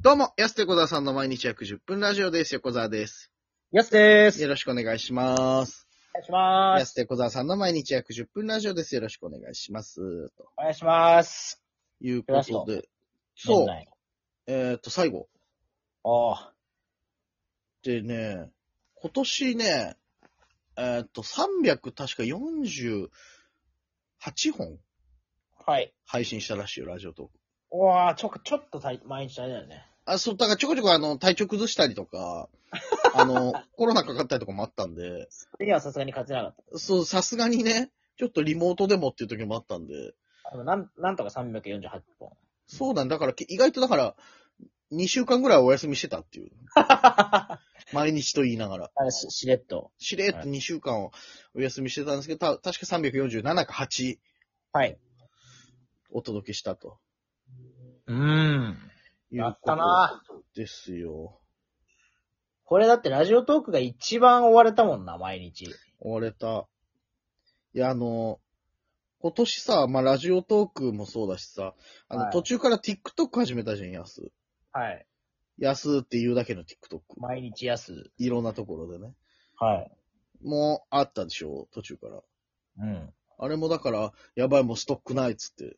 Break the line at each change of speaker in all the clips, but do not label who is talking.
どうも、安手小沢さんの毎日約10分ラジオです。横澤です。
やすでーす。
よろしくお願いします。
お願いしま
安
す。
手小沢さんの毎日約10分ラジオです。よろしくお願いします。と
お願いします。
いうことで。
年
そう。
内
えーっと、最後。
おー
でね、今年ね、えーっと、300確か48本
はい。
配信したらしいよ、ラジオトーク。
うわー、ちょ、ちょっと体毎日あれだよね。
あ、そう、だからちょこちょこあの、体調崩したりとか、あ の、コロナかかったりとかもあったんで、
今はさすがに勝てなかっ
そう、さすがにね、ちょっとリモートでもっていう時もあったんで、
た。でもなん、なんとか348本。
そうなんだから、け意外とだから、2週間ぐらいお休みしてた っていう。
あ
毎日と言いながら。
れし、しれっと。
しれっと2週間をお休みしてたんですけど、た確か347か8
はい。
お届けしたと
うーん。
いう
やっ
こ
た
と
なー
ですよ。
これだってラジオトークが一番追われたもんな、毎日。
追われた。いや、あの、今年さ、まあ、ラジオトークもそうだしさ、あの、
はい
途中から TikTok 始めたじゃん、安。
はい。
安って言うだけの TikTok。
毎日やす。
いろんなところでね。
はい。
もう、あったでしょ、途中から。
うん。
あれもだから、やばい、もうストックないっつって。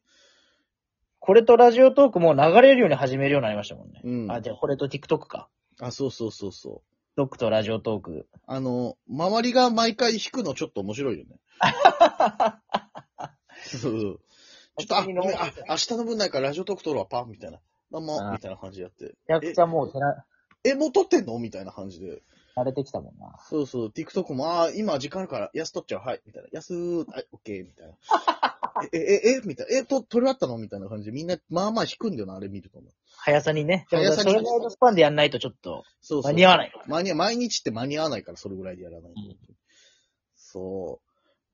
これとラジオトークもう流れるように始めるようになりましたもんね。
うん
あ、じゃあこれと TikTok か。
あ、そうそうそうそ
TikTok とラジオトーク。
う。あの、周りが毎回弾くのちょっと面白いよ ね。そうちょっと、あ、ごめんあ、明日の分ないからラジオトーク撮るわ、パンみたいな。どうも、
あ
みたいな感じでやって。
めちゃくちゃもう手な、
え、もう撮ってんのみたいな感じで。
慣れてきたもんな。
そうそう、TikTok も、あー今時間あるから、安撮っちゃう、はい、みたいな。安ー、はい、OK、みた いな。え、え、え、えみたいな。え、と、撮り終わったのみたいな感じで、みんな、まあまあ弾くんだよな、あれ見ると思う。
速さにね。でも
速さに
それぐらいのスパンでやんないとちょっと
そうそう。
間に合わない。
間に合毎日って間に合わないから、それぐらいでやらないと。
うん
そ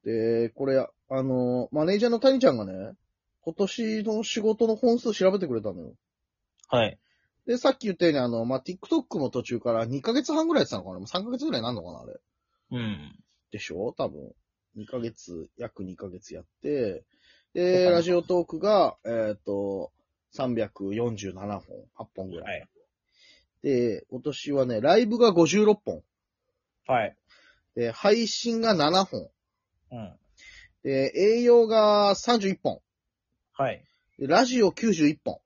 う。で、これ、あの、マネージャーの谷ちゃんがね、今年の仕事の本数調べてくれたのよ。
はい。
で、さっき言ったように、あの、まあ、TikTok も途中から2ヶ月半ぐらいやってたのかなもう ?3 ヶ月ぐらいなんのかなあれ。
うん。
でしょ多分。2ヶ月、約2ヶ月やって、
そう
で、
かな
ラジオトークが、えっ、と、347本、8本ぐらい。
はい。
で、今年はね、ライブが56本。
はい。
で、配信が7本。
うん。
で、栄養が31本。
はい。
でラジオ91本。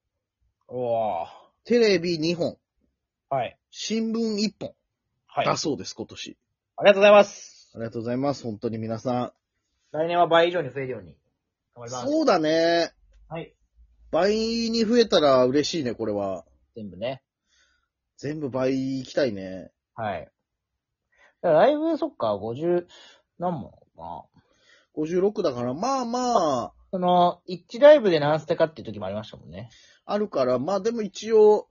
おー。
テレビ2本。
はい。
新聞1本。
はい。あ
だ
り
そうです、今年。
がとうございます。
ありがとうございます。本当に皆さ
来年は倍以上に増えるように。頑
ん。
張ります。
そうだね。
はい。
倍に増えたら嬉しいね、これは。
全部ね。
全部倍行きたいね。
はい。だからライブ、そっか、50、何本かな。
56だから、まあまあ、
その、1ライブで何ステかっていう時もありましたもんね。
あるから、まあでも一応、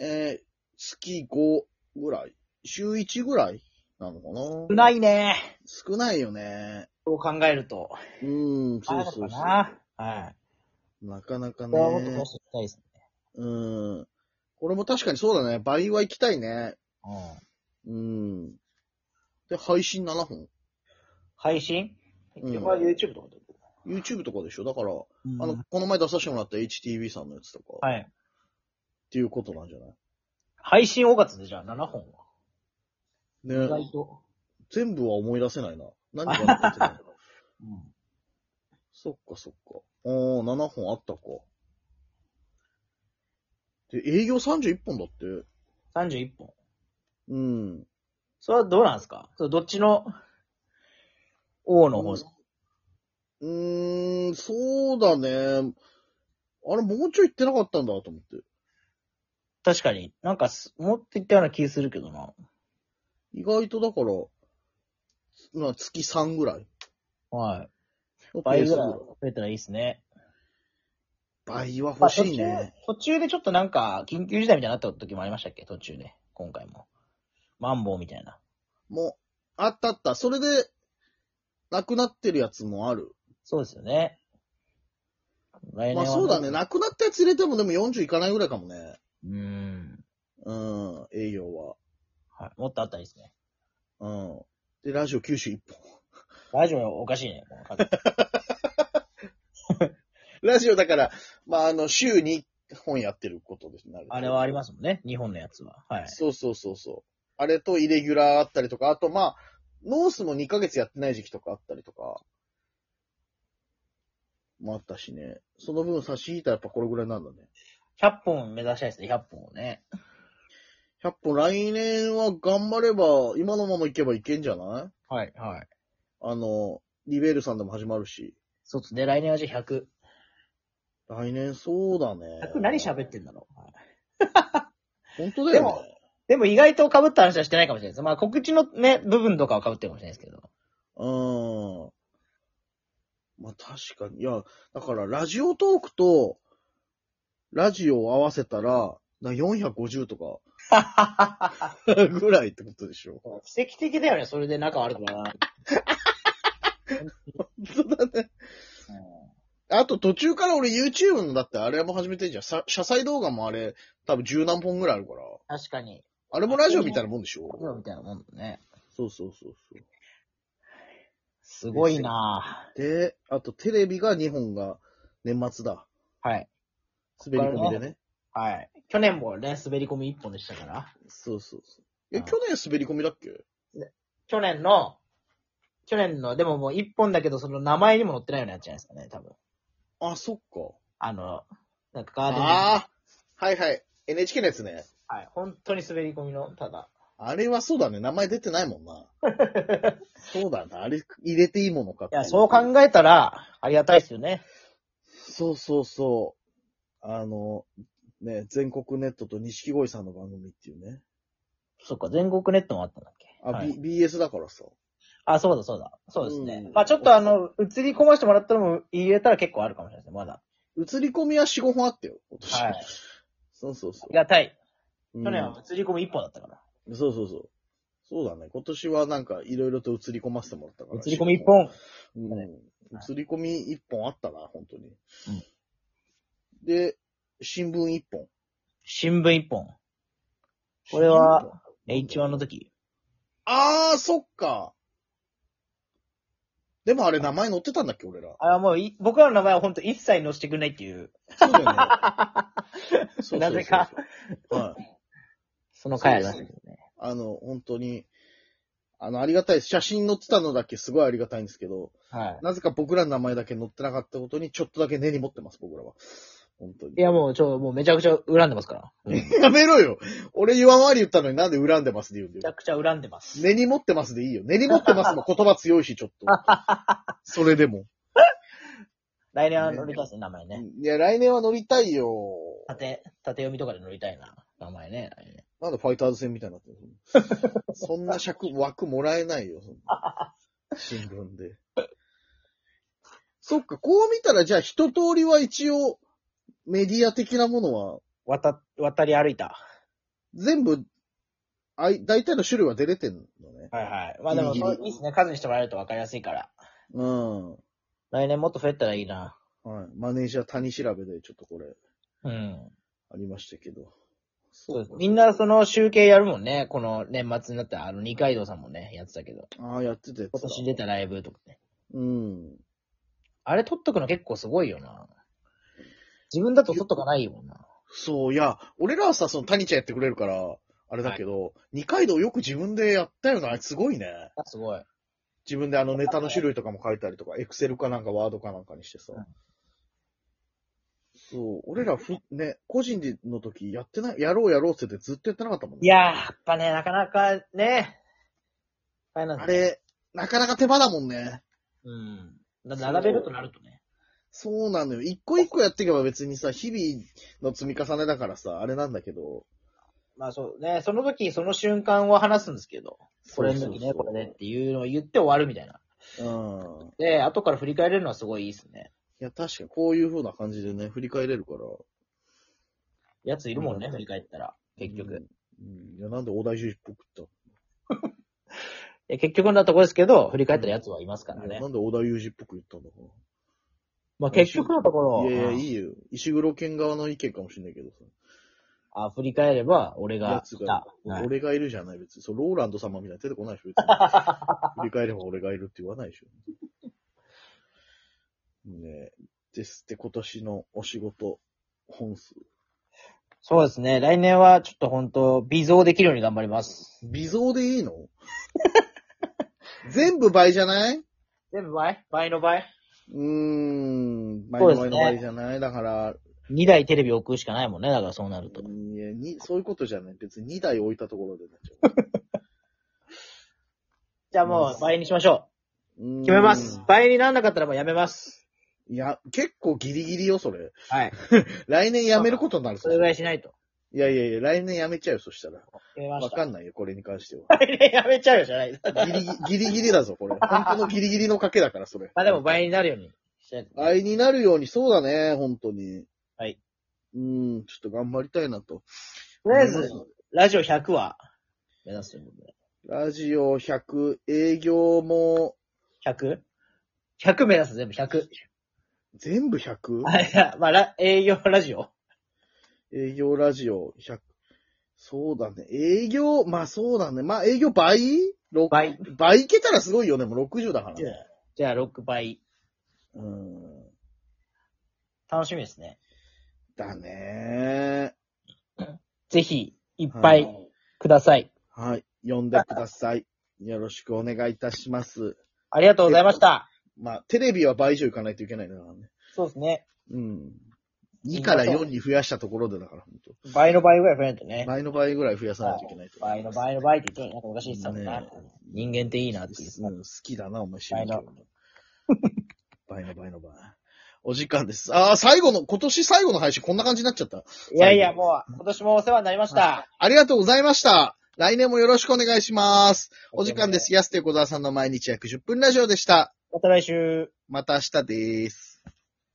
えー月5ぐらい。週1ぐらいなのか
少
な
ないね。
少ないよね。
そう考えると。
うん、そう
ある
そ
か
うそう。
な。はい。
なかなか
こ
ね
れ。はもっと増やしていきたいですね。
うん。これも確かにそうだね。倍は行きたいね。
うん。
うん。で、配信7本。
配信、
うん
これは YouTube とかで、
YouTube とかでしょだから、
うん
あの、この前出させてもらった HTV さんのやつとか、っ
はい。
ていうことなんじゃない
配信多かったで、じゃあ7本は。意
ね
外と。
全部は思い出せないな。何が残ってた の
うん。
そっかそっか。あー、7本あったか。で、営業31本だって。
31本。
うん。
それはどうなんですかそれどっちの、王の方ですか、
うーん、そうだね。あれ、もうちょい行ってなかったんだと思って。
確かに。なんかす、もっといったような気するけどな。
意外とだから、まあ、月3ぐらい。
はい。倍ぐらい
ペース
増えたらいいですね。
倍は欲しい
まあ
ね。
途中。途中でちょっとなんか、緊急事態みたいになった時もありましたっけ途中で。今回も。マンボウみたいな。
もう、あったあった。それで、なくなってるやつもある。
そうですよね。来年
ま
は、
あそうだね。。なくなったやつ入れてもでも40いかないぐらいかもね。
うん。
うん、栄養は。
はい。もっとあったらいいですね。
うん。で、ラジオ91本。
ラジオおかしいね。もう
ラジオだから、まああの、週に本やってることですね。
あれはあり
ま
ますもんね。日本のやつは。はい。
そうそうそうそう。あれとイレギュラーあったりとか、あとまあ、ノースも2ヶ月やってない時期とかあったりとか、もあったしね。その分差し引いたらやっぱこれぐらいなんだね。
100本目指したいですね、100本をね。
100本来年は頑張れば、今のままいけばいけんじゃない
はい、はい。
あの、リベールさんでも始まるし。
そうですね、来年はじゃあ100。
来年そうだね。
100何喋ってんだろう。はい
本当だよ、ね。
でもでも意外と被った話はしてないかもしれないです。まあ告知のね、部分とかは被ってるかもしれないですけど。
うん。まあ確かに。いや、だからラジオトークと、ラジオを合わせたら、な450とか、 ぐらいってことでしょ。
奇跡的だよね、それで仲悪くなら
本当だね。あと途中から俺 YouTube のだってあれも始めてんじゃん。さ謝罪動画もあれ、多分十何本ぐらいあるから。
確かに。
あれもラジオみたいなもんでしょ
僕らみたいなもんだね。
そうそうそうそう。
すごいな
で、あとテレビが2本が年末だ。
ぁ。はい。
滑り込みでね。
はい。去年もね、滑り込み1本でしたから。
そうそうそう。え、
あ
去年滑り込みだっけ
去年の、去年の、でももう1本だけど、その名前にも載ってないようなやつじゃないですかね、多分。
あ、そっか。
あの、なんかガーデン。
ああ、はいはい。NHK のやつね。
はい。本当に滑り込みの、ただ。
あれはそうだね。名前出てないもん な。そうだな。あれ入れていいものかって
い
い
や、そう考えたら、ありがたいですよね。
そうそうそう。あの、ね、全国ネットと錦鯉さんの番組っていうね。
そっか、全国ネットもあったんだっけ。
あ、
はい
B、BS だからさ。
あ、そうだそうだ。そうですね
う。ん
まあちょっとあの、映り込ましてもらったのも入れたら結構あるかもしれないですね、まだ。
映り込みは4、5本あったよ。今年。
はい。あ
そうそうそ
りがたい。
う。
去年は映り込み1本だったから。
うんそうそうそう。そうだね。今年はなんかいろいろと映り込ませてもらったから。
映り込み1。本。
うん。
はい
映り込み一本あったな、本当に。
うん
で、新聞一本。
新聞1本。これは
新聞一本。
H1 の時。
あー、そっか。でもあれ名前載ってたんだっけ、俺ら。
あ、もうい、僕らの名前は本当一切載せてくれないっていう、
そうだよね。そうそうそうそう
なぜか。
はい。
その回ありましたけどね。
あの、本当に、あの、ありがたいです。写真載ってたのだけすごいありがたいんですけど、
は
なぜか僕らの名前だけ載ってなかったことに、ちょっとだけ根に持ってます、僕らは。本当に。
い。いや、もう、ちょ、もうめちゃくちゃ恨んでますから。 め
やめろよ俺言わんわり言ったのになんで恨んでますって言うんだよ
ち。ゃくちゃ恨んでます。
根に持ってますでいいよ。根に持ってますの言葉強いし、ちょっ と。それでも。
来年は乗りたいですね、名前ね。
いや、来年は乗りたいよ。
縦、縦読みとかで乗りたいな。名前ね。来年
なんでファイターズ戦みたいになってる のそんな尺、枠もらえない よ、そんな新聞で。そっか、こう見たら、じゃあ一通りは一応、メディア的なものは、
渡、渡り歩いた。
全部、あい、大体の種類は出れてんのね。
はいはい。まあでも、
ギ
そ
リギリ
ういいですね。数にしてもらえると分かりやすいから。
うん。
来年もっと増えたらいいな。
はい。マネージャー谷調べで、ちょっとこれ、
うん。
ありましたけど。
そうです。みんなその集計やるもんね。この年末になったら、あの、二階堂さんもね、やってたけど。
ああ、やっててやってた
今年出たライブとかね。
うん。
あれ撮っとくの結構すごいよな。自分だと撮っとかないよな。
そう、いや、俺らはさ、その谷ちゃんやってくれるから、あれだけど、二階堂よく自分でやったよな、あいつすごいね。
あすごい。
自分であのネタの種類とかも書いたりとか、エクセルかなんかワードかなんかにしてさ。
うん
そう、俺らふ、ね、個人での時やってない、やろうやろうって言ってずっとやってなかったもんね。
いやー、やっぱね、なかなかね、あれなん
あ
だね。
れ、なかなか手間だもんね。
うん。だ並べるとなるとね。
そうなのよ。一個一個やっていけば別にさ、日々の積み重ねだからさ、あれなんだけど。
まあそうね、その時、その瞬間を話すんですけど、これの時
そう
ね、
そ
こ
うそう
れでっていうのを言って終わるみたいな。
うん。
で、後から振り返れるのはすごいいいですね。
いや、確かにこういう風な感じでね、振り返れるから。
やついるもんね、
うん
振り返ったら。結局。
うん。うん。いや、なんで大大事っぽくっ
で結局なとこですけど、振り返ったらやつはいますか
た
ら
の、いや
ね
な。んで大大事っぽく言ったんだか
まあ結局のところ、
ら。いやいや、
うん
いいよ。石黒県側の意見かもしれないけどさ。
あ振り返れば、俺
や
が
つ
い
が
た。、はい
俺がいるじゃない、別に。そう、ローランド様みたいに出てこないでしょ、 別に。振り返れば俺がいるって言わないでしょ。ねえ。ですって、今年のお仕事本数。
そうですね。来年はちょっと本当微増できるように頑張ります。
微増で いいの全部倍じゃない
全部倍倍の倍
うーん。倍
そう
の
で
倍
すね
の倍じゃない、だから、
?2 台テレビ置くしかないもんね。だからそうなると。
いやにそういうことじゃない。別に2台置いたところでなっちゃ
じゃあもう倍にしましょ
う。うーん
う。決めます。。倍になんなかったらもうやめます。
いや、結構ギリギリよ、それ。
はい。
来年やめることになる
そ
そ
れぐ
れ
らいしないと。
いやいやいや、来年やめちゃうよ、そしたら。
決めま
わ
した。
かんないよ、これに関しては。
来年 やめちゃうよじゃない。
ギリギリ、ギリギリだぞ、これ。本当のギリギリの賭けだから、それ。
まあでも倍になるようにしたい。
愛になるように、そうだね、本当に。
はい。
うん、ちょっと頑張りたいなと。
とりあえず、ラジオ100は目指すということで。
ラジオ100、営業も、
100?100 100目指す、全部100。
全部 100?
あ、いや、まあ、ラ営業ラジオ。
営業ラジオ100。そうだね。営業、まあそうだね。まあ営業倍ろ
倍。
倍いけたらすごいよ、でも60だから
じゃあ
ね。、
じゃあ6倍。
うん。
楽しみですね。
だね
ぜひ、いっぱ
はい
ください。
はい。呼んでください。よろしくお願いいたします。
ありがとうございました。
まあ、テレビは倍以上いかないといけないんだからね。
そうですね。
うん。2から4に増やしたところでだから、本当
倍の倍ぐらい増えないとね。
倍の倍ぐらい増やさないといけないと思い
倍
ま
の
す。
倍の倍って言ってもなんかおかしいですよね
ねえ。
人間っていいなっていう。
うん好きだな、お前、知
倍の
倍 の倍の倍。お時間です。ああ、最後の、今年最後の配信こんな感じになっちゃった。
いやいや、もう、今年もお世話になりました。
ありがとうございました。来年もよろしくお願いします。お時間です。安手小沢さんの毎日約10分ラジオでした。
また来週。
また明日です。